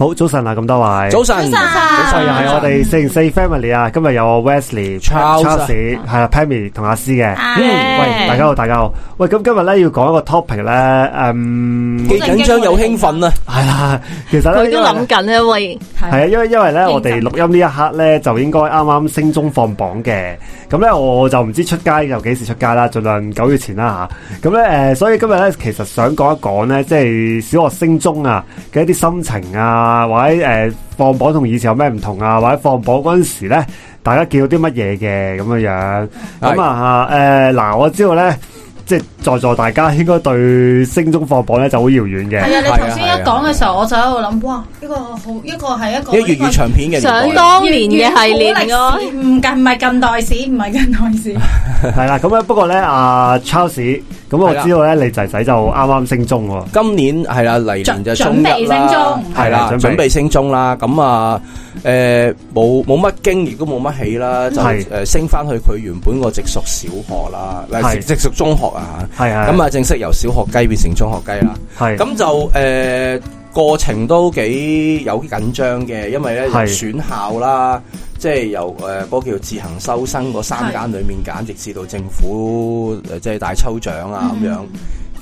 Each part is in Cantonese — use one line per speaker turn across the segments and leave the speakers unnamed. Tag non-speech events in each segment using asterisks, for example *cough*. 好早晨啊，咁多位，
早晨，
早晨早晨
又係我哋四零四 family 啊，今日有我 Wesley、
Charles 啊
係啦 Pammy 同阿詩嘅。嗯
啊
喂，大家好，大家好。喂，咁今日咧要講一個 topic 咧，嗯，
既緊張又興奮啊！
係啦，其實咧，
佢
因
都
為
諗緊咧，喂，
系啊，因為因为咧，
認
我哋
真
錄音呢一刻咧，就應該啱啱升中放榜嘅。咁咧，我就唔知出街又幾時出街啦，盡量九月前啦吓。咁咧，诶、所以今日咧，其實想講一講咧，即係小學升中啊嘅一啲心情啊，或者诶、誒放榜同以前有咩唔同啊，或者放榜嗰阵时咧，大家見到啲乜嘢嘅咁樣樣。咁啊，诶、嗱，我知道咧，即係在座大家應該對升中放榜咧就好遙遠嘅。
係啊，你頭先一講嘅時候，我就喺度諗，哇！呢個好，一個係一個
呢個粵語長片嘅年
想
代，
當年嘅系列咯
咯，，唔近唔係近代史，唔係近代史，
系啦，咁咧不過咧，阿 Charles，咁我
係啦
知道咧，你仔仔就啱啱升中喎，
今年係啦，嚟年就中一
準備
啦
升中，
係啦，
準備
準備升中啦。咁啊，誒冇冇乜經亦都冇乜起啦，就
係
誒升翻去佢原本個直屬小學啦，嗱
係
直直屬中學啊。
係係
咁啊，正式由小學雞變成中學雞啦。
係
咁就誒過程都幾有緊張嘅，因為咧
係
選校啦，即係由呃誒嗰、個叫自行收生嗰三間裏面揀，直至到政府誒即係大抽獎啊咁樣。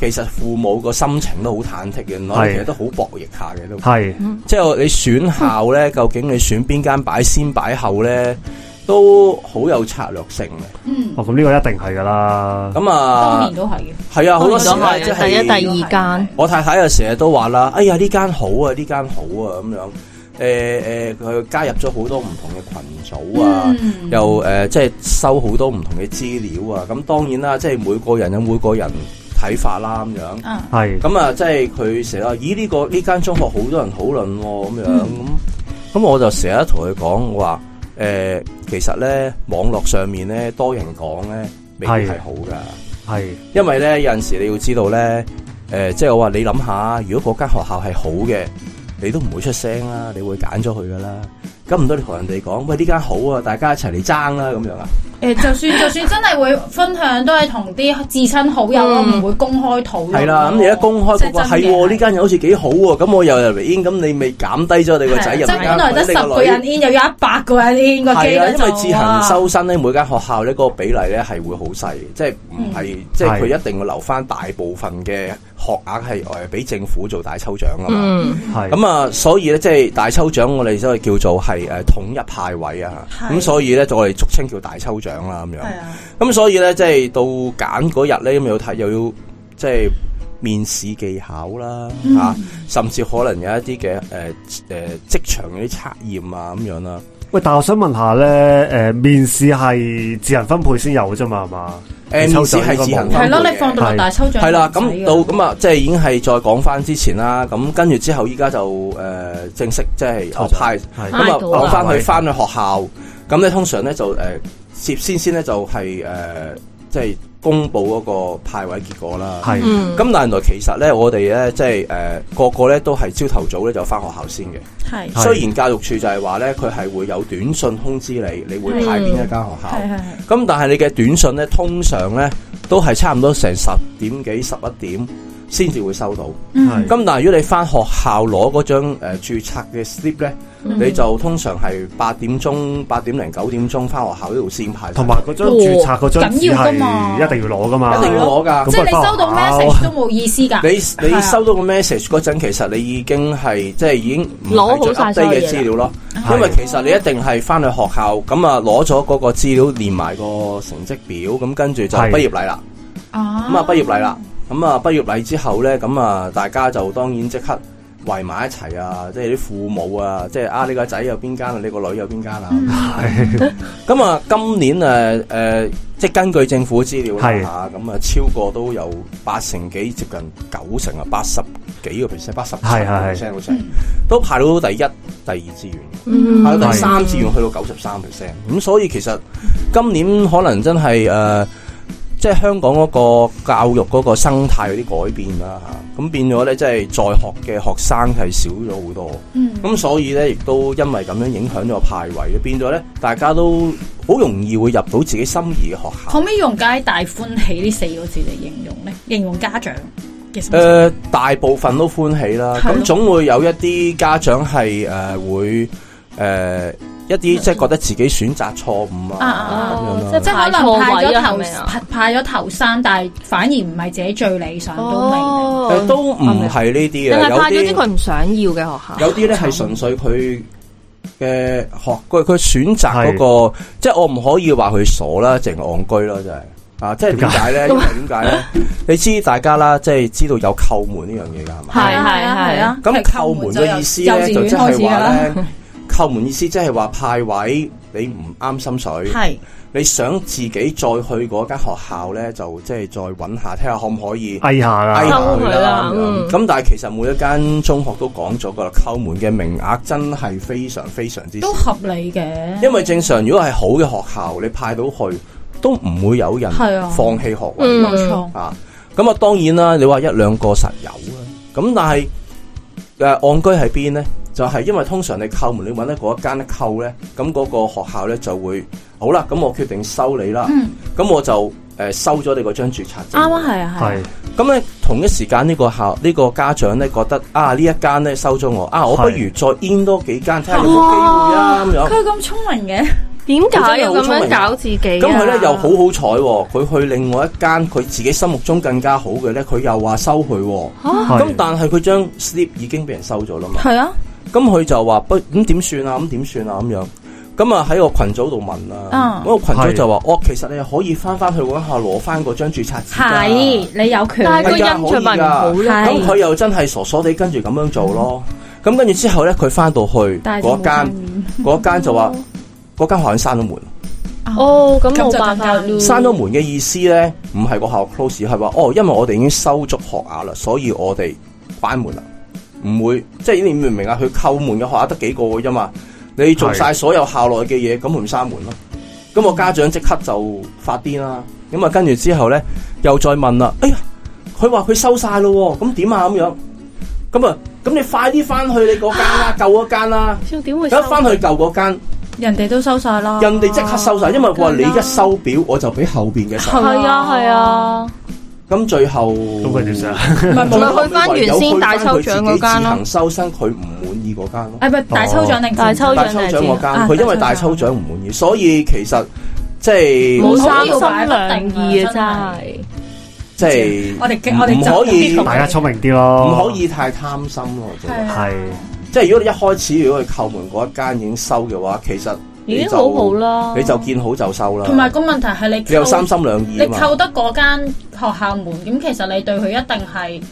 其實父母個心情都好忐忑嘅，原來
係
其實都好博弈下嘅都。
係
即係你選校咧，究竟你選邊間擺先擺後咧，都好有策略性嘅。
嗯，
哦，咁呢個一定係噶啦，
咁
當
啊
年，都係嘅，
係啊，好多時
當
咧
年
即
都
係
係第一、第二間，
我太太又成日都話啦，哎呀呢間好啊，呢間好啊咁樣。誒誒，佢、加入咗好多唔同嘅群組啊，
嗯
又誒、呃即係收好多唔同嘅資料啊。咁當然啦，即係每個人有每個人睇法啦咁樣。
啊，
係
咁啊，即係佢成日話咦呢、個呢間中學好多人討論喎咁樣咁。咁我就成日同佢講，我話誒、呃其實咧網絡上面咧多人講咧，未必
係
係好㗎。
係
因為咧有陣時你要知道咧，诶、即係我話你諗下，如果嗰間學校係好嘅，你都唔會出聲啦，你會揀咗佢噶啦。咁唔多你同人哋講，喂呢間好啊，大家一齊嚟爭啦咁樣啊。
誒，就算就算真係會分享，都係同啲至親好友咯，
嗯
唔會公開討論。
係啦，咁你一公開嗰個
哦即係真嘅
係喎，呢間又好似幾好喎，咁我又入嚟 in，咁你咪減低咗你個仔
係
入
即
嚟
係本來得
或者
十
你
個
個
人
女。
in，又有一百個人 in 個機
係啦，
率
因
就
為自行
哇
收生咧，每間學校咧嗰個比例咧係會好細，即係唔係
嗯
即係佢一定會留翻大部分嘅學額係誒呃俾政府做大抽獎啊嘛。
嗯，
係
咁啊，所以咧，即係大抽獎，我哋所謂叫做係誒統一派位啊。
係
咁所以咧，我哋俗稱叫大抽獎啦，咁樣。
係啊，
咁所以咧，即係到揀嗰日咧，咁又睇又要即係面試技巧啦，
嗯
嚇、甚至可能有一啲嘅誒誒職場嗰啲測驗啊咁樣啦。
喂，但係我想問下咧，诶，面試係自人分配先有啫嘛，係嘛？
誒
你
面
抽
試
獎
係自行
應該
分
冇
係咯，
配
你放
嘅
到落大抽獎
係啦，
唔使
咁
㗎
到咁啊，即係已經係再講翻之前啦。咁跟住之後，依家就誒、呃正式即係
抽獎
哦派
係
咁啊
派到啊
講翻去翻去學校，咁咧通常咧就誒、呃、涉先先咧就係、呃即係公佈嗰個派位結果啦。
係
嗯，
咁但係原來其實咧，我哋咧即係誒、呃、個個咧都係朝頭早咧就翻學校先嘅。
係
係
雖然教育處就係話咧，佢係會有短信通知你，你會派邊一間學校。
係係
咁但係你嘅短信咧，通常咧都係差唔多成十點幾、十一點先至會收到。
係
咁但係如果你翻學校攞嗰張誒註冊嘅 slip 咧，
嗯
你就通常係八點鐘、八點零九點鐘翻學校呢度先派晒，
同埋嗰張註冊嗰張
緊
紙
要
係
㗎嘛
一定要攞噶嘛，
一定要攞
嗯
㗎。
即係你收到 message 都冇意思㗎。
你
係啊
你收到個 message 嗰陣，其實你已經係即係已經唔係
攞好
再
晒
update
所有嘢
嘅
啦嗯
資料咯，
係
因為其實你一定係翻去學校咁啊，攞咗嗰個資料連埋個成績表，咁跟住就
係
畢業禮啦。
啊
咁啊，畢業禮啦。咁啊，畢業禮之後咧，咁啊，大家就當然即刻圍埋一齊啊，即係啲父母啊，即係啊，你個仔有邊間啊，你個女有邊間啊。 *laughs* 咁啊，今年誒誒、呃即係根據政府資料
係
啦嚇，咁啊超過都有八成幾，接近九成啊，八十幾個 percent，八十七個
係係係
percent 好似，都排到第一、第二志願。
嗯，
係到第
係
三志願去到九十三 percent，咁所以其實今年可能真係誒、呃即係香港嗰個教育嗰個生態有啲改變啦嚇，咁變咗咧，即係在學嘅學生係少咗好多，咁、
嗯
所以咧亦都因為咁樣影響咗個派位，變咗咧大家都好容易會入到自己心儀嘅學校。
可唔可以用皆大歡喜呢四個字嚟形容咧？形容家長嘅
誒、
心情？
呃大部分都歡喜啦，
嗯係咯
咁總會有一啲家長係誒、呃、會誒、呃一啲即係覺得自己選擇錯誤
啊啊
啊咁樣
即
咯。
係可能派咗
派錯位啊係咪
頭
啊
派咗頭三，但係反而唔係自己最理想都明。
誒
哦，
都唔係呢啲
定
嘅，
係
有
派咗啲
啲
佢唔想要嘅學校？
有啲咧係純粹佢嘅學佢佢選擇嗰、個，即係我唔可以話佢傻啦，淨係戇居啦，真係。啊，即係點解咧？因為點解咧？你知大家啦，即係知道有叩門呢樣嘢㗎係嘛？
係係係啊！
咁叩門嘅意思
由幼
咧，就
稚園
即
開始
係
㗎
話
啦，
咧，叩門意思即係話派位，你唔啱心水，
係
你想自己再去嗰間學校咧，就即係再揾下，睇下可唔可以
哎下
啊
啦
嗌，下佢
溝佢啦
啦。咁樣
嗯
咁但係其實每一間中學都講咗噶啦，叩門嘅名額真係非常非常之少
都，合理嘅。
因為正常如果係好嘅學校，你派到去都唔會有人
係啊
放棄學位。
嗯
冇錯，
啊，咁啊當然啦，你話一兩個實有啊，咁但係诶按居喺邊咧？就係因為通常你扣門，你揾得嗰一間一扣咧，咁嗰個學校咧就會好啦，咁我決定收你啦，
嗯，
咁、我就诶、呃收咗你嗰張註冊證。
啱啊，係啊，係啊。
係
咁咧同一時間呢個校呢、個家長咧覺得啊呢一間咧收咗我啊，我不如
係
再 in 多幾間睇下有冇機會啊咁樣。
佢咁聰明嘅，
點解要咁樣搞自己
咁
啊？
佢咧又好好彩喎，佢去另外一間佢自己心目中更加好嘅咧，佢又話收佢、喎。
係
咁但係佢張 slip 已經俾人收咗啦
*laughs*
嘛，
係啊，
咁佢就話不咁點算啊？咁點算啊？咁樣咁啊喺個群組度問啦
嗯，
咁個群組
係
就話：哦，其實你可以翻翻去嗰下攞翻嗰張註冊紙㗎。
係你有權，
但係個
係啊
印象咪唔好
可
以㗎
咯？
咁佢又真係傻傻地跟住咁樣做咯。咁跟住之後咧，佢翻到去
但係
嗰間嗰間就
嗯
話嗰間學校閂咗門。
哦，咁冇辦法
咁就
咯。
閂咗門嘅意思咧，唔係個校 close，係話哦，因為我哋已經收足學額啦，所以我哋關門啦，唔會即係你明唔明啊？佢扣門嘅學額得幾個嘅啫嘛，你做晒所有校內嘅嘢，咁佢唔閂門咯。咁我家長即刻就發癲啦，咁啊跟住之後咧又再問啦，哎呀，佢話佢收晒咯喎，咁點啊咁樣？咁啊，咁你快啲翻去你嗰間啦，舊嗰間啦，
仲點會收
咁翻去舊嗰間，
人哋都收晒啦，
人哋即刻收晒，因為話你一收表，我就俾後邊嘅收。
係啊係，啊，
咁最後
都佢點想？
唔係
咪
冇
去返原先大抽獎嗰間咯
自己自行收生佢唔滿意嗰間咯，
誒哎唔大抽獎定
哦大抽獎
大抽獎嗰間，
啊
佢因為大抽獎唔滿意，所以其實即係
冇
生
三個心兩意啊，真係。
即係
我哋嘅我哋就
唔可以
呢個
大家聰明啲咯，
唔可以太貪心咯，我覺
係
得
啊
係
即係如果你一開始如果佢扣門嗰一間已經收嘅話，其實
已
你
經
就
好好啦
你就見好就收啦。
同埋個問題係你
你有
扣
三心兩意
你
啊嘛
扣，得嗰間學校門，咁其實你對佢一定係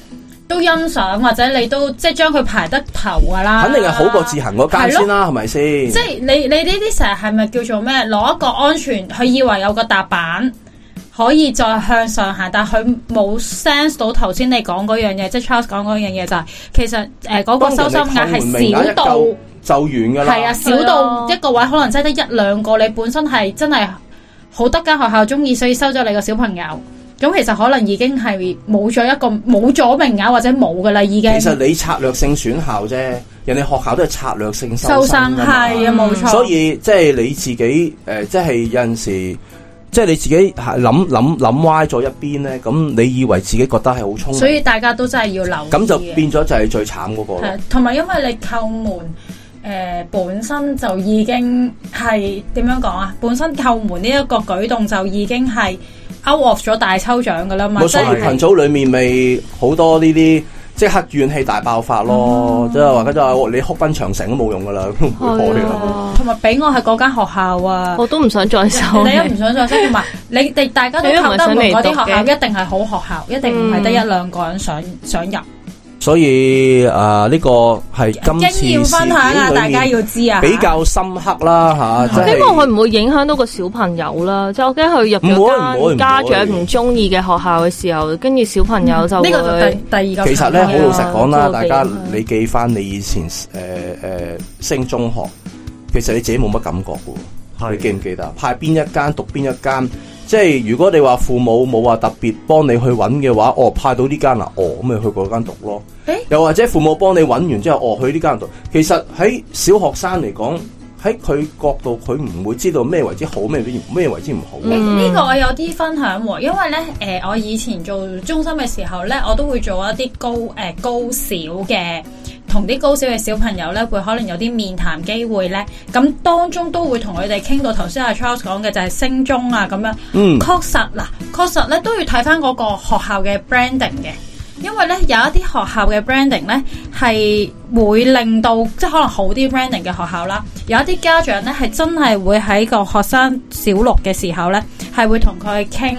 都欣賞，或者你都即係將佢排得頭噶啦。
肯定係好過自行嗰間先啦，係咪先？
即係你你呢啲成日係咪叫做咩？攞一個安全，佢以為有個踏板可以再向上行，但係佢冇 sense 到頭先你講嗰樣嘢，即係 Charles 講嗰樣嘢就係、其實誒嗰、個收心額
當
係少到
人哋扣門名額一夠就完㗎啦。
係啊，少到一個位可能真係得一兩個，你本身係真係好得間學校中意，所以收咗你個小朋友。咁其實可能已經係冇咗一個冇咗名額或者冇噶啦，已經
其實你策略性選校啫，人哋學校都係策略性
收生
生㗎
係
嘛
啊，冇錯。
所以即係你自己誒、呃即係有陣時，即係你自己係諗諗諗歪咗一邊咧，咁你以為自己覺得係好聰明，
所以大家都真係要留意嘅。
咁就變咗就係最慘嗰、個咯
係，同埋因為你扣門誒、呃本身就已經係點樣講啊？本身扣門呢一個舉動就已經係 out of 咗大抽獎噶啦嘛，
冇
即
所謂
係
群組裡面咪好多呢啲。即刻怨氣大爆發咯，即係話跟住話你哭崩長城都冇用噶啦，都唔 *laughs* 會破
係
嘅啦。
啊，
同埋俾我係嗰間學校啊。
我都唔想再收。
*laughs* 你又唔想再收，同埋你哋大家都
你都唔
扣
係
得
想
門
嚟
嗰啲
讀
學校，
嘅
一定係好學校，一定唔係得一兩個人想想入。
嗯所以誒呢、個係今次
經驗分享啊，
事件裡
大
面
家要知
*laughs*
啊。
比較深刻啦吓，
我
即
*laughs* 嗯希望
係
佢唔會影響到個小朋友啦，即係我驚佢入
唔會啊唔會
咗
唔會
間家長唔中意嘅學校嘅時候，跟住小朋友就
呢個就第
會
第二個
其實咧
層
好
面啦
老實講啦，
都
大
幾
家
好
你記翻你以前诶诶升中學，其實你自己冇乜感覺嘅喎，你記
係
唔記得？派邊一間讀邊一間？即係如果你話父母冇話特別幫你去揾嘅話，哦派到呢間啦，哦咁咪去嗰間讀咯。
誒
又或者父母幫你揾完之後，哦去呢間讀。其實喺小學生嚟講喺佢角度，佢唔會知道咩為之好，咩為之咩為之唔
嗯
好。
呢呢個我有啲分享喎，嗯因為咧誒、我以前做中心嘅時候咧，我都會做一啲高誒、高小嘅。同啲高小嘅小朋友咧，會可能有啲面談機會咧，咁當中都會同佢哋傾到頭先阿 Charles 講嘅就係升中啊咁樣，
嗯
確實嗱，確實咧都要睇翻嗰個學校嘅 branding 嘅，因為咧有一啲學校嘅 branding 咧係會令到即係可能好啲 branding 嘅學校啦，有一啲家長咧係真係會喺個學生小六嘅時候咧係會同佢傾。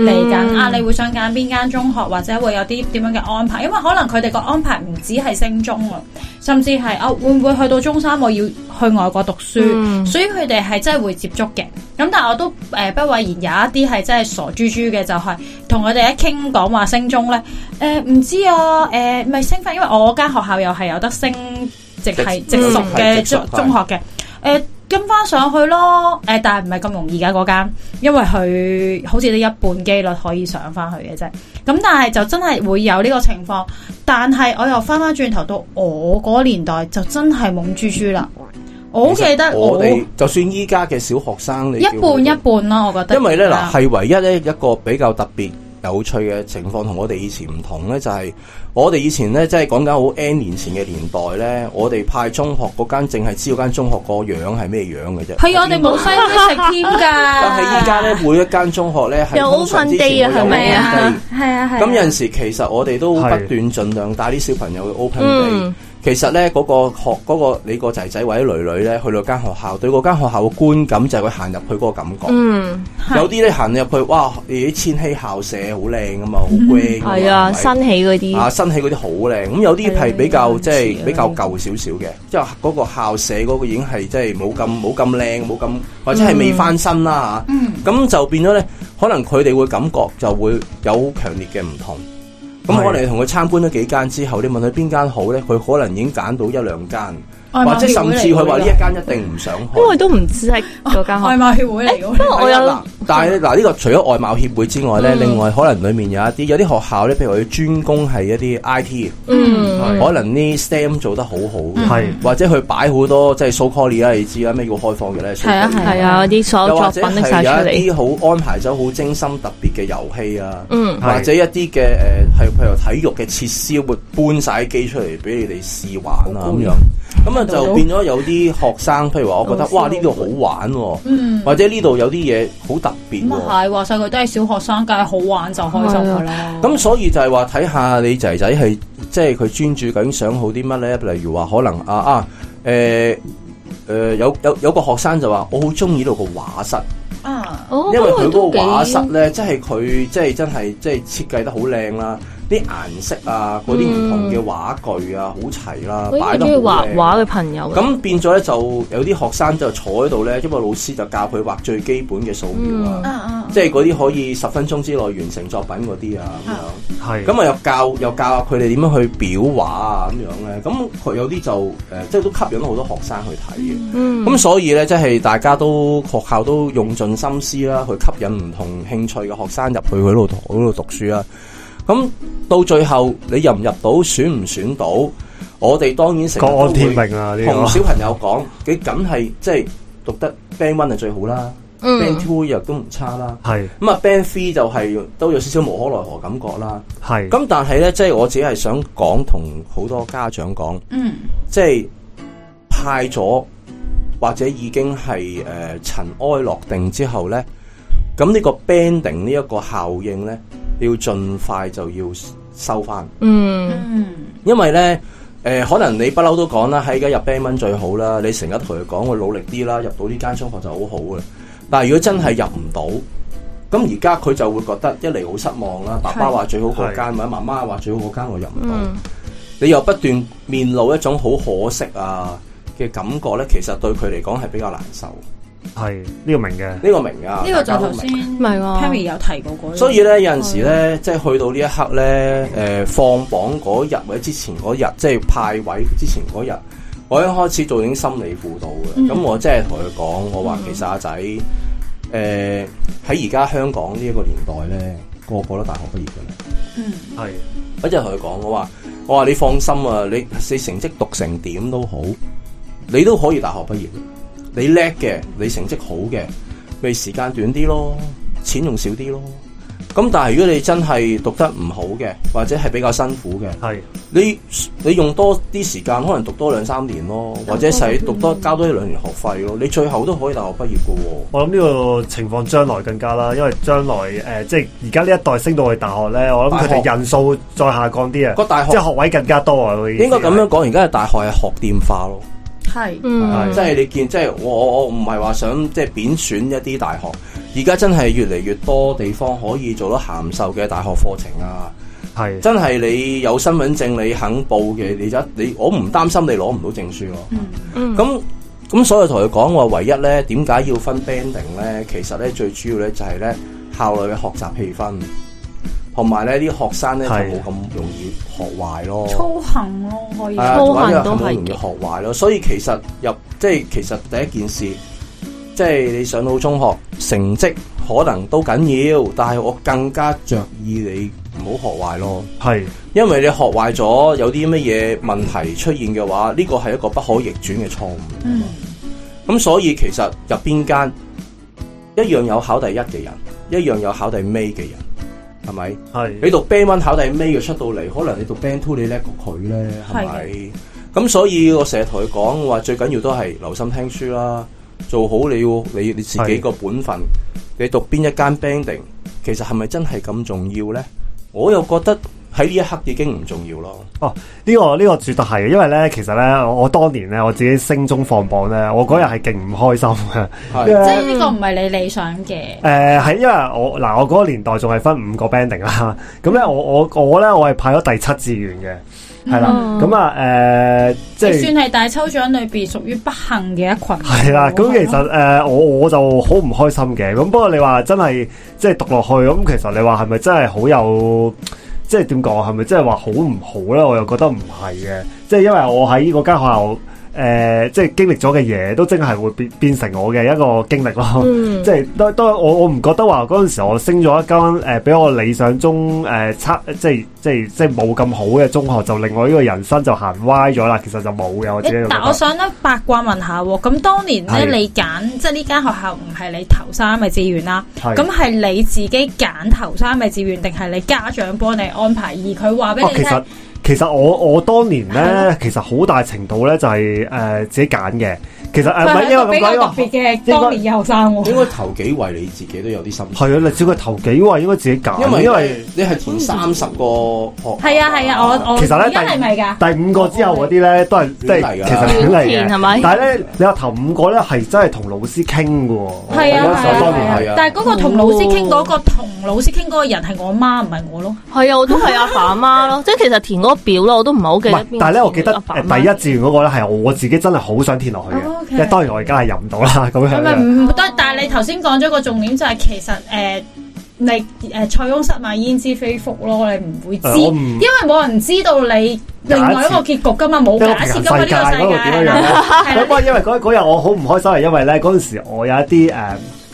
嚟緊、啊！你會想揀邊間中學，或者會有啲點樣嘅安排？因為可能佢哋個安排唔止係升中啊，甚至係啊會唔會去到中三我要去外國讀書，
嗯
所以佢哋係真係會接觸嘅。咁但係我都誒、呃不諱言，有一啲係真係傻豬豬嘅，就係同佢哋一傾講話升中咧，誒、唔知啊誒咪、升翻，因為我間學校又係有得升直係直
直
屬嘅
嗯直屬
中中學嘅誒。呃跟翻上去咯，誒、呃但係唔係咁容易㗎嗰間，因為佢好似得一半機率可以上翻去嘅啫。咁但係就真係會有呢個情況，但係我又翻翻轉頭到我嗰年代就真係懵豬豬啦。我好記得
我
我
哋就算依家嘅小學生，你
一
叫佢
半一半咯，我覺得。
因為咧嗱，
啊
係唯一咧一個比較特別有趣嘅情況，同我哋以前唔同咧，就係、我哋以前咧，即係講緊好 N 年前嘅年代咧，我哋派中學嗰間，淨係知道間中學個樣係咩樣嘅啫。
係我哋冇西妹食添
*laughs*
㗎。
啊
但係依家咧，每一間中學咧係
有
通常
open
之前
day 啊
會有
係咪啊
open day
係啊係。
咁有陣時其實我哋都不斷盡量帶啲小朋友去 open day、
嗯
其實咧嗰、個學嗰、個你個仔仔或者女女咧，去到間學校對嗰間學校嘅觀感就係佢行入去嗰個感覺。
嗯，
有啲咧行入去，哇！咦，千禧校舍好靚啊嘛，好 grand 㗎嘛
係
係
啊，
咪
新起嗰啲
啊，新起嗰啲好靚，咁有啲係比
係
較
啊
即
似
係
啊
比較舊少少嘅，即係嗰個校舍嗰個已經係即係冇咁冇咁靚，冇咁或者係未翻新啦嚇。咁就變咗咧，可能佢哋會感覺就會有強烈嘅唔同。咁
係
可能同佢參觀咗幾間之後，你問佢邊間好咧，佢可能已經揀到一兩間，或
外貌
者
協
甚
會嚟㗎
至佢話呢一間一定唔想去
因。為都唔知係嗰間
外
學。
貌協會嚟㗎。
不過我
係
有
啊嗱但係咧嗱呢個除咗外貌協會之外咧，另外可能裡面有一啲有啲學校咧，譬如佢專攻係一啲 I T，
係
嗯
可能啲 STEM 做得好好嘅，
係
或者佢擺好多即係 so call 啦，你知啦咩叫開放嘅咧，
係啊
係啊，嗰啲所有
又或
作
者
品拎
係
晒出
有一
嚟。
啲好安排咗好精心特別嘅遊戲啊，
嗯
係
或者一啲嘅誒係譬如體育嘅設施會搬晒機出嚟俾你哋試玩啊咁樣，咁啊就變咗有啲學生譬如話，我覺得哇呢度好玩喎。
嗯。
或者呢度有啲嘢好特別
咁
喎、
啊係，話晒佢都係小學生，梗係好玩就開心㗎啦。
咁所以就係話睇下你仔仔係即係佢專注究竟想好啲乜咧？例如話可能啊啊誒誒、呃有有有個學生就話我好中意呢度個畫室，
啊，
哦，
因為佢
咁
嗰
都
個
幾
畫室咧，即係佢即係真係即係設計得好靚啦，啲顏色啊，嗰啲唔同嘅畫具啊，好齊啦，
嗯我
擺得
應該中意
好靚
畫畫嘅朋友啊嘅。
咁變咗咧，就有啲學生就坐喺度咧，因為老師就教佢畫最基本嘅素描啊。
嗯
啊啊，
即係嗰啲可以十分鐘之內完成作品嗰啲啊咁樣，
係
咁啊又教又教下佢哋點樣去表畫啊咁樣咧，咁佢有啲就誒、呃即係都吸引咗好多學生去睇嘅。
嗯
咁、所以咧，即係大家都學校都用盡心思啦，去吸引唔同興趣嘅學生入去佢度讀嗰度讀書啦。咁到最後你入唔入到，選唔選到，我哋當然成日
各
都
安
會
天命啊！呢
同
個
小朋友講，你梗係即係讀得 Band One 係最好啦、b a n d
嗯
Two 又都唔差啦。
係
咁啊，Band Three 就係、都有少少無可奈何感覺啦。
係
咁但係咧，即係我自己係想講同好多家長講，
嗯，
即係派咗或者已經係誒、呃、塵埃落定之後咧，咁呢個 banding 呢一個效應咧，你要盡快就要收翻，
嗯
嗯，
因為咧。誒、可能你不嬲都講啦，喺而家入 band one 最好啦。你成日同佢講，我努力啲啦，入到呢間中學就好好嘅。但係如果真係入唔到，咁而家佢就會覺得一嚟好失望啦。爸爸話最好嗰間，或者媽媽話最好嗰間，我入唔到。
嗯
你又不斷面露一種好可惜啊嘅感覺咧，其實對佢嚟講係比較難受。呢、
係呢個明嘅，
個明啊，
呢個
大
就
家都
頭
明
先
係喎
Perry 有提過嗰樣，
所以咧，有陣時咧，即係去到呢一刻咧，誒、放榜嗰日或者之前嗰日，即係派位之前嗰日，我已經開始做緊心理輔導嘅。咁、我真係同佢講，我話其實阿仔，誒喺而家香港呢一個年代咧，個個都大學畢業嘅啦。
嗯
係
我真係同佢講，我話我話你放心啊，你你成績讀成點都好，你都可以大學畢業，你叻嘅，你成績好嘅，咪時間短啲咯，錢用少啲咯。咁但係如果你真係讀得唔好嘅，或者係比較辛苦嘅，
係
你你用多啲時間，可能讀多兩三年咯，或者使讀多交多一兩年學費咯，你最後都可以大學畢業噶喎。
我諗呢個情況將來更加啦，因為將來誒、呃即係而家呢一代升到去大學咧，我諗佢哋
大學
人數再下降啲啊，
個大學
即係學位更加多啊，我嘅意思
應該咁樣講，而家嘅大學係學店化咯，
係
嗯，
啊即係你見，即係我我我唔係話想即係貶選一啲大學，而家真係越嚟越多地方可以做到函授嘅大學課程啊！
係
真係你有身份證你肯報嘅，你就一你我唔擔心你攞唔到證書咯。
嗯
咁咁所以同佢講話，唯一咧點解要分 banding 咧？其實咧最主要咧就係咧校內嘅學習氣氛，同埋咧啲學生咧就
係
冇咁容易學壞咯。
操行咯，可以
係啊
操
同埋呢
行
係好
都係
容易
嘅
學壞咯。所以其實入即係其實第一件事，即係你上到中學成績可能都緊要，但係我更加着意你唔好學壞咯。
係
因為你學壞咗，有啲乜嘢問題出現嘅話，呢個係一個不可逆轉嘅錯誤。
嗯，
咁所以其實入邊間一樣有考第一嘅人，一樣有考第尾嘅人，係咪？你
係
讀 Band One 考第尾嘅出到嚟，可能你讀 Band Two 你叻過佢咧，係咪？咁所以我成日同佢講話，最緊要都係留心聽書啦，做好你要你你自己個本分。你讀邊一間 banding，其實係咪真係咁重要咧？我又覺得喺呢一刻已經唔重要咯。
哦，呢、個呢、個絕對係，因為咧其實咧我我當年咧我自己升中放榜咧，我嗰日係勁唔開心嘅。 *laughs*
係
因為
即係呢個唔係你理想嘅，
誒係因為我嗱，我嗰個年代仲係分五個 banding 啦，咁咧我我我咧我係派咗第七志願嘅，係啦，
嗯
咁啊誒即
你
係
算。係大抽獎裏邊屬於不幸嘅一群。
係
哦
啦，咁其實
係
誒、
咯
呃我我就好唔開心嘅。咁不過你話真係即係讀落去，咁其實你話係咪真係好有，即係點講？係咪真係話好唔好咧？我又覺得唔係嘅，即係因為我喺嗰間學校誒、呃即係經歷咗嘅嘢，都真係會變變成我嘅一個經歷咯。
嗯
即係都都我我唔覺得話嗰陣時我升咗一間誒、呃比我理想中誒差、即係即係即係冇咁好嘅中學，就令我呢個人生就行歪咗啦。其實就冇嘅，我自己
你
就覺
但我
得。
想咧八卦問下喎，咁當年咧
係
你揀即係呢間學校唔係你頭三嘅志願啦，
係
咁係你自己揀頭三嘅志願，定係你家長幫你安排？而佢話俾
哦，
你
其實
聽，
其實我我當年
係
咧，其實好大程度咧就係、呃自己揀嘅。其實誒呃唔係
佢係一
因
個
為
比
咁講，
較
因
特
為
別嘅當年嘅後生喎。
應該頭幾位你自己都有啲心
係啊，你只佢頭幾位應該自己揀，
因為
因為
你係填三十個學校
係啊係啊，我我
哦其實咧
而家係咪㗎？
第五個之後嗰啲咧都係即係
亂嚟㗎
其實亂嚟
亂填係
嘅
咪。
但係咧，你話頭五個咧係真係同老師傾嘅喎。
係啊
我嗰時候
係啊
當年係嗯
係啊
但係嗰個同老師傾嗰個同老師傾嗰個人係我媽唔係我咯，
係啊，我都係阿爸阿媽咯，即係其實填嗰個表咯，我都唔係好記
唔
得
係
邊個，
但係咧，我記得
阿爸阿
誒
媽
第一志願嗰個咧係我自己真係好想填落去嘅，
哦，OK
因為當然我而家係啊入唔到啦咁
咁咪啊
樣。
唔得。但係你頭先講咗個重點就係其實誒。你誒塞翁失馬焉知非福咯，你唔會知，
誒我唔
因為冇人知道你另外一個結局噶嘛，冇
一個
假
平
設
行
噶嘛呢
世界嗰
個世
度
界
點
係
樣樣
啦
咧？
係
咁 *laughs*
啦
不過因為嗰嗰日我好唔開心，係因為咧嗰陣時我有一啲誒、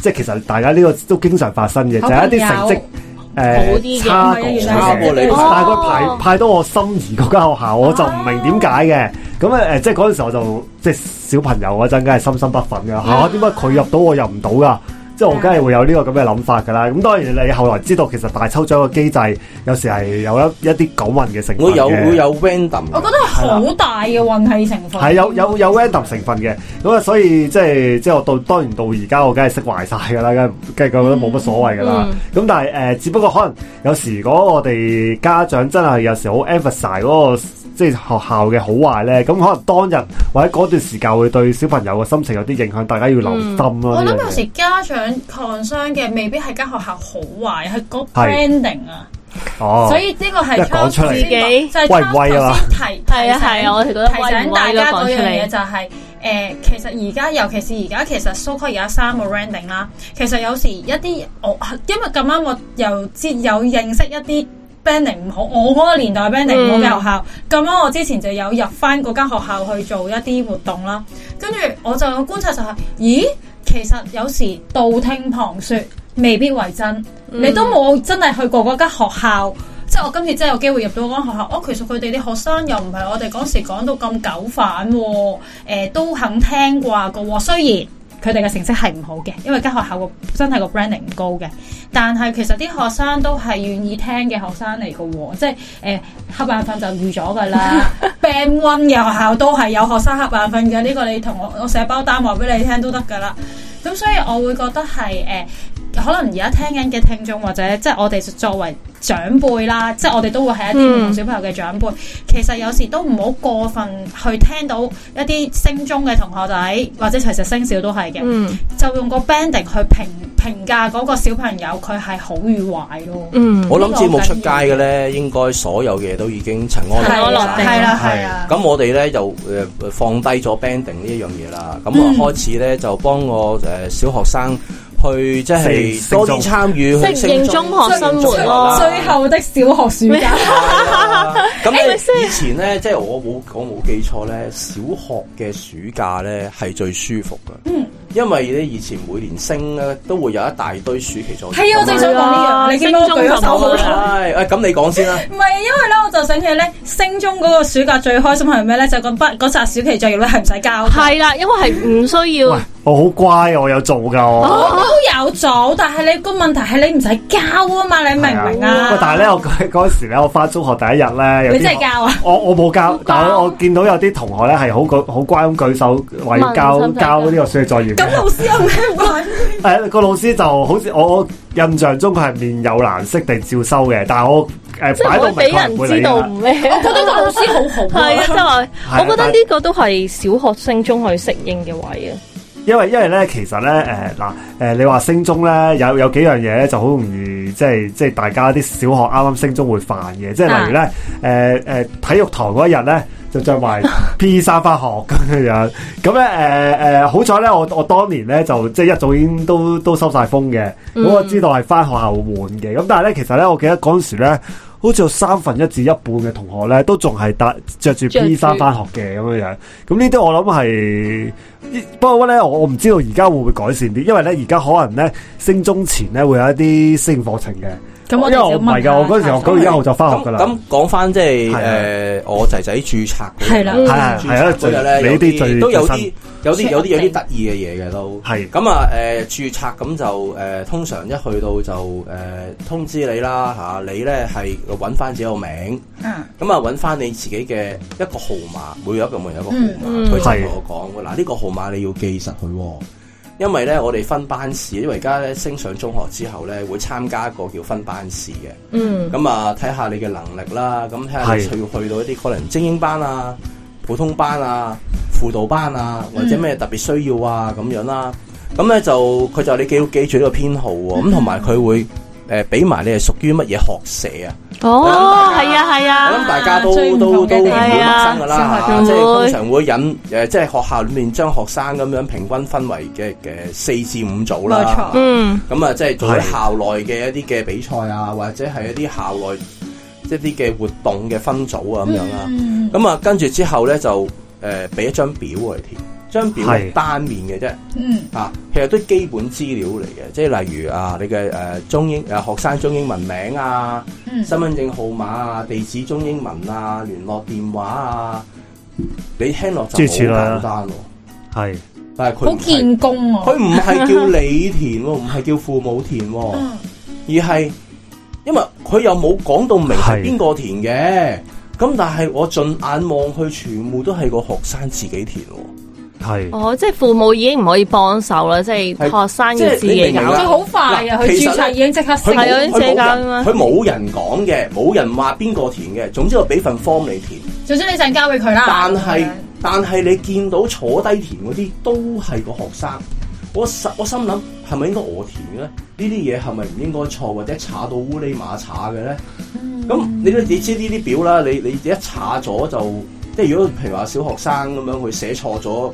即係其實大家呢個都經常發生嘅，就
好
係一啲
朋
成
友
績誒、
好啲嘅
差過
唔係原來
差過你
但
哦
係佢派派到我心儀嗰間學校，我就唔明點解嘅。咁誒、即係嗰陣時我就即係小朋友嗰陣，梗係心生不忿嘅嚇，點解佢入到我入唔到㗎？即係我梗係會有呢個咁嘅諗法㗎啦。咁當然你後來知道，其實大抽獎嘅機制有時係有一一啲九運嘅成分
會有
嘅
會有 random
我覺得係好大嘅運氣成分。
係有有有 random 成分嘅，咁啊，所以即係即係我到當然到而家我梗係識壞晒㗎啦，梗係梗係覺得冇乜所謂㗎啦。
嗯
咁、但係誒、呃只不過可能有時如果我哋家長真係有時好 emphasize 嗰、個即係學校嘅好壞咧，咁可能當日或者嗰段時間會對小朋友嘅心情有啲影響，大家要留心咯。
嗯我
呢
諗
樣
有
嘢
時家長 concern 嘅未必係間學校好壞，係嗰
係
branding 啊，
哦，
所以呢個係
一講出嚟
Charles 先講就係
威唔威啊
Charles 頭先提
係啊係啊，我哋覺得
提
威唔
醒
威咯
大家嗰
講
樣
出
嘢
嚟，
就係、誒、其實而家尤其是而家，其實 so called 而家三個 rending 啦，其實有時一啲我因為咁啱我又知有認識一啲 banding 唔好，我嗰個年代 banding
嗯
唔好嘅學校，咁啱、我之前就有入翻嗰間學校去做一啲活動啦，跟住我就有觀察就係、咦，其實有時道聽旁説未必為真，你都冇真係去過嗰間學校。即係我今次真係有機會入到嗰間學校，哦，其實佢哋啲學生又唔係我哋嗰時講到咁狗反喎、誒都肯聽話嘅喎，雖然佢哋嘅成績係唔好嘅，因為間學校個真係個 branding 唔高嘅。但係其實啲學生都係願意聽嘅學生嚟嘅喎，即係誒、呃瞌眼瞓就預咗㗎啦。Band One 嘅學校都係有學生瞌眼瞓嘅，呢、個你同我我寫包單話俾你聽都得㗎啦。咁所以我會覺得係誒、呃可能而家聽緊嘅聽眾或者即係我哋作為長輩啦，即係我哋都會係一啲唔同小朋友嘅長輩。其實有時都唔好過分去聽到一啲升中嘅同學仔，或者其實升小都係嘅，
嗯
就用個 banding 去評評價嗰個小朋友佢係好與壞咯。
嗯，
我諗節目出街嘅咧，應該所有嘢都已經塵
係
埃
塵埃
落
落
定
定。
係啦，係啦。
咁我哋咧就誒、呃放低咗 banding 呢一樣嘢啦，咁
嗯
我開始咧就幫我誒、呃小學生去即係
適
多啲參與去
適應中
啊
學生活咯
最後的小學暑假，
啊咁咧以前咧，即係我冇我冇記錯咧，小學嘅暑假咧係最舒服嘅，
嗯
因為咧以前每年升咧都會有一大堆暑期作業。
係啊，我正想講呢樣，你見到我舉
升中
咗手好
就冇啦
長。
係誒啊咁你講先啦。
唔係，因為咧，我就醒起咧，升中嗰個暑假最開心係咩咧？就嗰筆嗰扎暑期作業咧係唔使交嘅。
係啦，因為係唔需要
喂，我好乖，啊我有做噶
*laughs*
我。
我都有做，但係你個問題係你唔使交啊嘛，你明唔明
喂
啊？
但係咧，我嗰嗰時咧，我翻中學第一日咧，有啲
你真係交啊？
我我冇交，但係我見到有啲同學咧係好舉好乖咁舉手話要交
問使唔使
交呢個暑期作業嘅。
啊咁老師有咩問？
誒個老師就好似我我印象中佢係面有難色地照收嘅，但係我
即
誒
係
擺
唔
到
會
明
俾
佢
人
唔會
知
理
道
啦
唔。咩。
我覺得個老師好好
係啊，
啊。
真係，
係
我覺
但
得呢個都係小學升中去適應嘅位啊。
因為因為咧，其實咧誒嗱誒，你話升中咧有有幾樣嘢咧就好容易即係即係大家啲小學啱啱升中會犯嘅，即係例如咧誒誒體育堂嗰一日咧就着埋 P 衫翻學咁樣樣，咁咧誒誒好彩咧，我我當年咧就即係一早已經都都收晒風嘅，咁我知道係翻學校換嘅，咁但係咧其實咧我記得嗰陣時咧。好似有三分一至一半嘅同學咧，都仲係搭着住 P 衫翻學嘅咁樣樣。咁呢啲我諗係不過咧，我我唔知道而家會唔會改善啲，因為咧而家可能咧升中前咧會有一啲適應課程嘅。
咁我哋
因為我
就
唔係
問下
㗎，我嗰陣時我九月一號就翻學㗎
咁
哦啦。
咁講翻即係
係啊
誒，我仔仔註冊嗰日
係啦
註冊
係係啊
嗰日咧
最
有
你啲最
嗯都有
最
啲
新
有啲有啲有啲得意嘅嘢嘅都
係
咁啊誒註冊咁就誒通常一去到就誒通知你啦嚇，你咧係揾翻自己個名。
嗯
咁啊，揾翻你自己嘅一個號碼，每一個門有一個號
嗯
碼，佢、
嗯
就同我講喎，嗱呢個號碼你要記實佢喎，因為咧我哋分班試，因為而家咧升上中學之後咧會參加一個叫分班試嘅，
嗯，
咁啊睇下你嘅能力啦，咁睇下你
係
去去到一啲可能精英班啊、普通班啊、輔導班啊，或者
嗯
咩特別需要啊咁樣啦，咁咧就佢就你記記住呢個編號喎，
嗯
咁同埋佢會誒俾埋你係屬於乜嘢學社啊。
哦，係啊，係
我諗
啊，
大家都
最唔
都都
同嘅
都唔會
方
地
陌生噶
係
啦
啊，
嚇即係通
會
常會引誒，即係學校裏面將學生咁樣平均分為嘅嘅四至五組啦。
冇錯
嗯，
咁啊，即係做
係
校內嘅一啲嘅比賽啊，或者係一啲校內一啲嘅活動嘅分組啊咁樣啦。
嗯
咁啊，跟住之後咧就誒俾一張表我哋填，張表係
係
單面嘅啫。
嗯
啊，其實都基本資料嚟嘅，即係例如啊，你嘅誒、呃中英誒、學生中英文名啊。
嗯
身份證號碼啊、地址中英文啊、聯絡電話啊，你聽落就好
諸如此類啊
簡
啦
單喎。
係
但係佢
好
唔係
見工
佢
啊。
唔係叫你填喎，唔係叫父母填喎，
嗯
而係因為佢又冇講到明
係
係邊個填嘅。咁但係我盡眼望去，全部都係個學生自己填喎。
係
哦，即係父母已經唔可以幫手啦，即係學生要自己
即係你明唔
搞
明。
佢好快啊！
嗱
佢
其實
註冊已經即刻
佢
升
係啊
冇
啲
佢
借
冇
鑑
人
啊嘛
佢冇人講嘅，冇人話邊個填嘅。總之我俾份 form 你填。
總之你陣交俾佢啦。
但係但係你見到坐低填嗰啲都係個學生，我實我心諗係咪應該我填嘅咧？呢啲嘢係咪唔應該錯或者查到烏哩馬查嘅咧？咁、你都你知呢啲表啦，你你一查咗就即係如果譬如話小學生咁樣佢寫錯咗。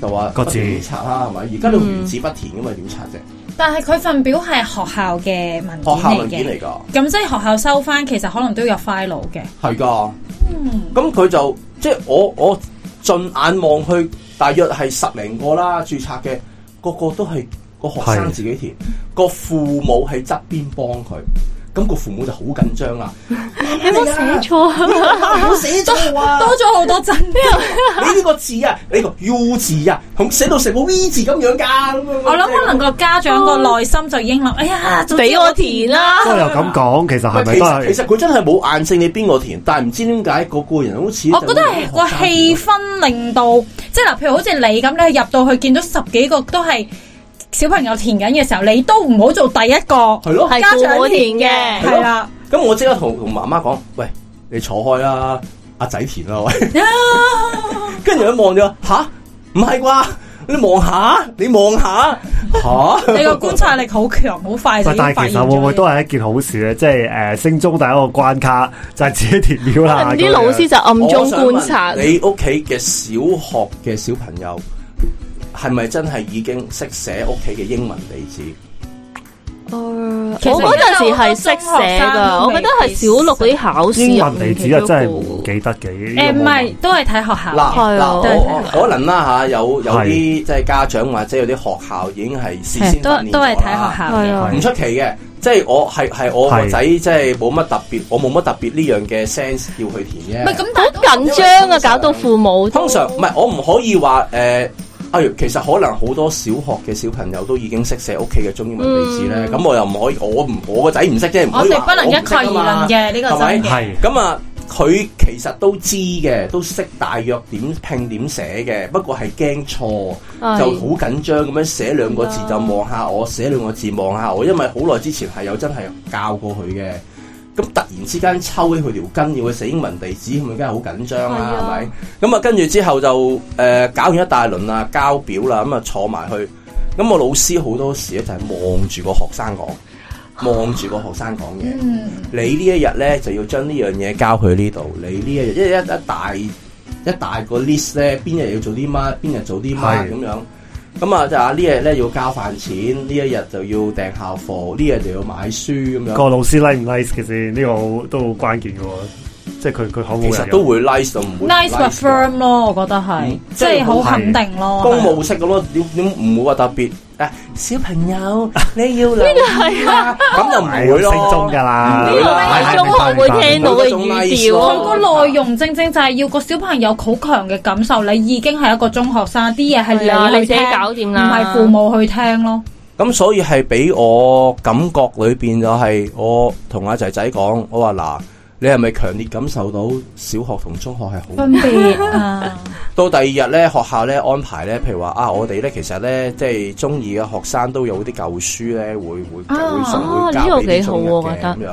就話
個字
不斷擦啦，係咪？而家都原字不填噶嘛，點擦啫？
但係佢份表係學校嘅文件
學校文
嚟
件
嘅
嚟，㗎，
咁即係學校收翻，其實可能都有 file 嘅。
係㗎。
嗯
咁佢就即係我我盡眼望去，大約係十零個啦，註冊嘅個個都係個學生
係
嗯
自己填，個父母喺側邊幫佢。咁個父母就好緊張
*laughs*
啦。
有冇寫錯
哎
啊？
我寫錯啊！
多咗好
*laughs*
多真
你呢個字啊，你個 U 字啊，同寫到成個 V 字咁樣㗎咁樣。
*laughs* 我諗可能個家長個內心就已經諗，哎呀，早知
俾我填啦
不過又咁講，其實係
喂
咪
其
都
實其
係？
實佢真係冇硬性你邊個填，但係唔知點解個個人好似
我覺得係個氣氛令到，即係嗱，譬如好似你咁，你入到去見到十幾個都係小朋友填緊嘅時候，你都唔好做第一個
係咯。
係
家
父母
長
填嘅
係
*laughs*
啦。
咁我即刻同同媽媽講：喂，你坐開啦，阿仔填啦
*laughs*
喂。跟住佢望咗，吓？唔係啩？你望下，你望
*laughs*
下，吓？
你個觀察力好強，好快就
喂但
已經
係
發
其
現
實會唔會都
咗。
係一件好事咧？即係誒升中第一個關卡就係自己填表啦。
*laughs* 啲老師就暗中觀察
我想問，你屋企嘅小學嘅小朋友係咪真係已經識寫屋企嘅英文地址？
我
其實
嗰陣時係識寫㗎，呃我覺得係小六嗰啲考試
英
入
文地
面
址啊，
其中
真
一
係
個
唔記得嘅。
誒唔係，
啊
都係睇學校。
嗱
係啊
嗱，我
都係
我可能啦吓，有有
係
啲即係家長或者有啲學校已經係事先
係都
訓練
都係
咗
睇
啦
學校
係
嘅。
啊
係
唔出奇嘅。即係我係係我個仔，即係冇乜特別，我冇乜特別呢樣嘅 sense 要去填啫
唔係。咁，
好
但係都
緊張啊，搞到父母都
通常唔係，我唔可以話誒，哎、其實可能好多小學嘅小朋友都已經識寫屋企嘅中英文地址咧。
嗯
咁、我又唔可以，我唔我個仔唔識啫，唔
我
可以
哋
話
不能一
我唔識
概而
㗎嘛
論啊嘅呢個
係咪
真嘅。
係
咁啊，佢其實都知嘅，都識大約點拼點寫嘅，不過係驚錯，
係
哎
就好緊張咁樣寫兩個字就望下我，寫兩個字望下我，因為好耐之前係有真係教過佢嘅。咁突然之間抽起佢條筋，要佢寫英文地址，咁咪梗係好緊張
係
啦，
啊
係咪？咁啊，跟住之後就誒、呃搞完一大輪啦，交表啦，咁啊坐埋去。咁我老師好多時咧就係望住個學生講，望住個學生講嘢。
嗯，
你呢一日咧就要將呢樣嘢交去呢度，你呢一日一一一大一大個 list 咧，邊日要做啲乜，邊日做啲乜
係
咁樣。咁啊就話呢日咧要交飯錢，呢一日就要訂校服，呢日就要買書咁樣。
個老師 like 唔 like 嘅先，呢個好都好關鍵嘅喎。即係佢佢可
其
冇
實
人
都會 nice 就唔會 nice
nice
嘅
but firm 咯，我覺得係
嗯，
即係好肯定咯。
公務式嘅咯，點點唔會話特別誒小朋友你要呢個係啊，咁就唔
係
會咯。
升中㗎啦，
呢個
係啊
係
係
中學會聽到嘅語調
佢
嗰
啊
種
個內容正正就係要個小朋友好強嘅感受，你已經係一個中學生，啲嘢
係啊
係你去
你自己
聽
搞掂啦
唔係父母去聽咯。
咁所以係俾我感覺裏邊就係我同阿仔仔講，我話嗱，你係咪強烈感受到小學同中學係好
分別
*laughs*
啊，
到第二日咧，學校咧安排咧，譬如話啊，我哋咧其實咧，即係中二嘅學生都有啲舊書咧，會會
啊
會送
啊
會交
呢個
俾
幾
啲
好
中一
喎
嘅
覺得
咁樣。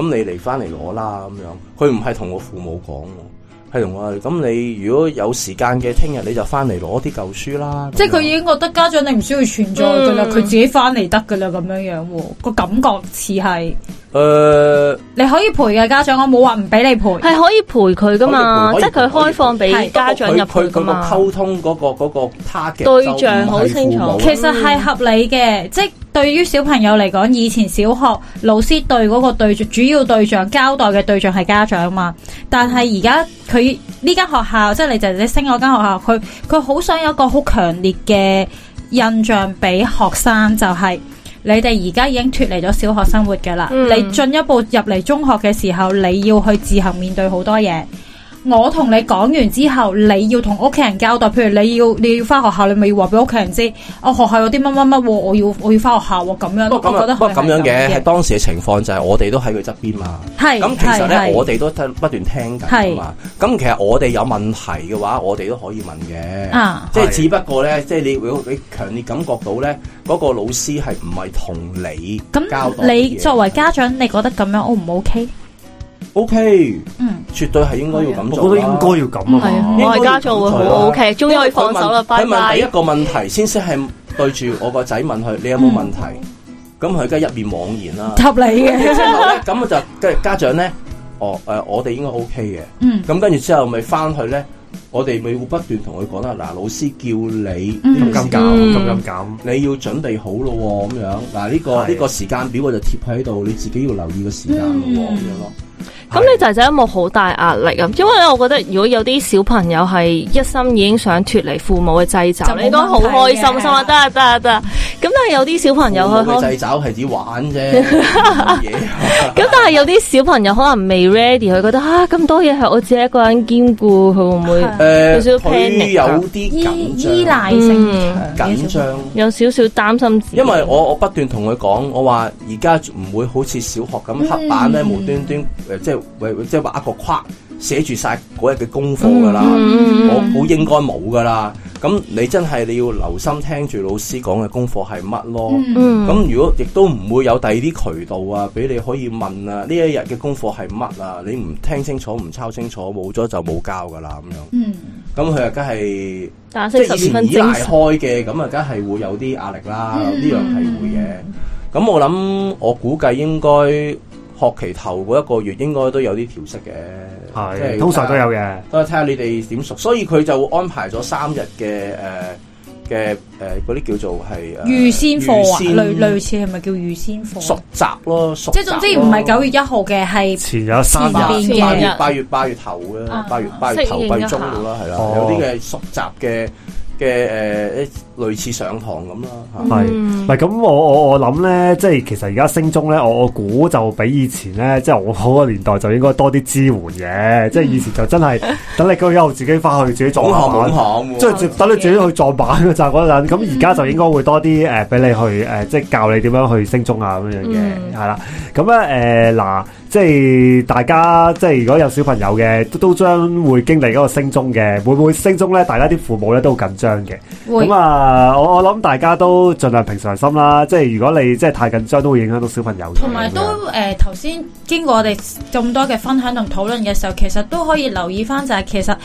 咁你嚟翻嚟攞啦咁樣。佢唔係同我父母講喎，係同我話咁你如果有時間嘅，聽日你就翻嚟攞啲舊書啦。
即係佢
咁樣
已經覺得家長你唔需要存在噶啦，
嗯
佢自己翻嚟得噶啦，咁樣樣喎，個感覺似係
誒
你可以陪嘅家長，我冇話唔俾你陪，係
係可以陪佢噶嘛，
可以
即
陪
係佢開放俾家長入
佢佢
去
個
噶嘛。
溝通嗰個嗰個 target
對象
就唔係
好清楚
父母啊
其實係合理嘅，即係對於小朋友嚟講，以前小學老師對嗰個對象主要對象交代嘅對象係家長嘛，但係而家佢呢間學校，即係你姐姐升嗰間學校，佢佢好想有一個好強烈嘅印象俾學生，就係、你哋而家已經脱離咗小學生活㗎啦，
嗯
你進一步入嚟中學嘅時候，你要去自行面對好多嘢。我同你講完之後，你要同屋企人交代，譬如你要你要翻學校，你咪要話俾屋企人知，我學校有啲乜乜乜喎，我要我要翻學校喎，咁樣。
不過咁
我覺
啊
得
不過
佢
咁
係
樣嘅，係
嘅，
當時嘅情況就係我哋都喺佢側邊嘛。
係
咁其實
係係
咧，我哋都得不斷聽緊㗎嘛。咁其實我哋有問題嘅話，我哋都可以問嘅。
啊，
即係
係
只不過咧，即係你會你強烈感覺到咧，嗰個老師係唔係同你交代
咁
嘅嘢
你作為家長，你覺得咁樣 O 唔 OK？
OK，
嗯，
絕對係應該要咁
我
做
覺
啦。
得應該要咁啊
係啊
嘛。
應該要
我係家長會
咁
好
做啦
OK，終於可以放手啦，
因為佢
拜
問佢問第一
拜。
個問題先先係對住我個仔問佢，你有冇問題？咁佢梗係一面茫
*laughs*
然啦。
合理
之
嘅，
後咧，咁我就跟家長咧，哦誒、我哋應該 O K 嘅。
嗯，
咁跟住之後咪翻去咧，我哋咪會不斷同佢講啦。嗱，老師叫你
嗯
咁
呢個
咁
時
咁
間，
嗯
咁咁咁，
你要準備好咯喎，咁樣嗱呢個
係
呢個時間表我就貼喺度，你自己要留意個時間咯喎，咁樣咯。
咁你仔仔有冇好大壓力啊？因為咧，我覺得如果有啲小朋友係一心已經想脱離父母嘅掣肘，
就冇
你應該好開心心啊！
問題嘅
得啊得啊得啊！咁但係有啲小朋友佢
佢
可
掣肘係指玩
*laughs*
啫，冇嘢
咁，但係有啲小朋友可能未 ready，佢覺得啊咁多嘢係我自己一個人兼顧，佢會唔會
係
诶，
有少少
佢
panic
有
啊
啲
依
緊張，
依賴性
嗯
強嘅
緊
小朋友
張。
有少少擔心自己？
因為我我不斷同佢講，我話而家唔會好似小學咁黑板
嗯
咧無端端誒，即係喂即係畫一個框寫住晒嗰日嘅功課㗎啦。
嗯嗯
我估應該冇㗎啦。咁你真係你要留心聽住老師講嘅功課係乜咯。
嗯
嗯
咁如果亦都唔會有第二啲渠道啊，俾你可以問啊，呢一日嘅功課係乜啊？你唔聽清楚，唔抄清楚，冇咗就冇交㗎啦咁樣。
嗯，
咁佢啊，梗係
打
即
息十
係以
二
前
分
依賴
精神，
開嘅，咁啊，梗係會有啲壓力啦。呢
嗯
樣係會嘅。咁我諗，我估計應該學期頭嗰一個月應該都有啲調適嘅，即
係
係
通常都有
睇
嘅。
下，都係睇下你哋點熟。所以佢就安排咗三日嘅誒嘅誒嗰啲叫做係誒
預先課
預
啊，
先
類類似係咪叫預先課啊
熟？習咯，熟
即係總之唔係九月一號嘅，係
前有三日
前
八
邊
月八
嘅
月八月八月頭嘅
啊，
八月八月頭
適應一
八
下
月中到啦，係啦，
哦
有啲嘅熟習嘅嘅誒類似上堂咁啦嚇。
係，
嗯
唔係咁我我我諗咧，即係其實而家升中咧，我我估就比以前咧，即係我嗰個年代就應該多啲支援嘅，即係以前就真係等你嗰日自己翻去自己撞
總
下
行
板
總，行喎，
即係等你自己去撞板嘅咋嗰陣。咁而家就應該會多啲誒俾你去誒、即係教你點樣去升中啊咁樣嘅，
嗯
係啦。咁咧誒嗱，即係大家即係如果有小朋友嘅，都都將會經歷嗰個升中嘅，會唔會升中咧？大家啲父母咧都好緊張嘅。
會
咁啊，我我諗大家都盡量平常心啦，即係如果你即係太緊張，都會影響到小朋友嘅。
同埋都誒頭先經過我哋咁多嘅分享同討論嘅時候，其實都可以留意翻就係其實誒、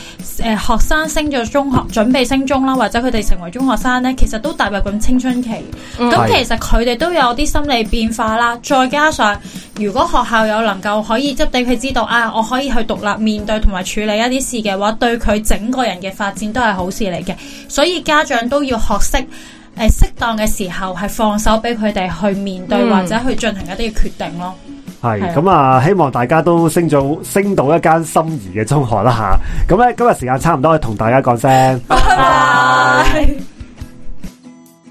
呃、學生升咗中學，準備升中啦，或者佢哋成為中學生咧，其實都踏入咁青春期。咁、
嗯
其實佢哋都有啲心理變化啦，再加上如果學校有能夠可以即係俾佢知道啊，我可以去獨立面對同埋處理一啲事嘅話，對佢整個人嘅發展都係好事嚟嘅。所以家長都要學識。誒適當嘅時候係放手俾佢哋去面對、
嗯
或者去進行一啲嘅決定咯。係
係
啊
咁啊，希望大家都升咗升到一間心儀嘅中學啦吓。咁咧今日時間差唔多，同大家講聲。
拜拜。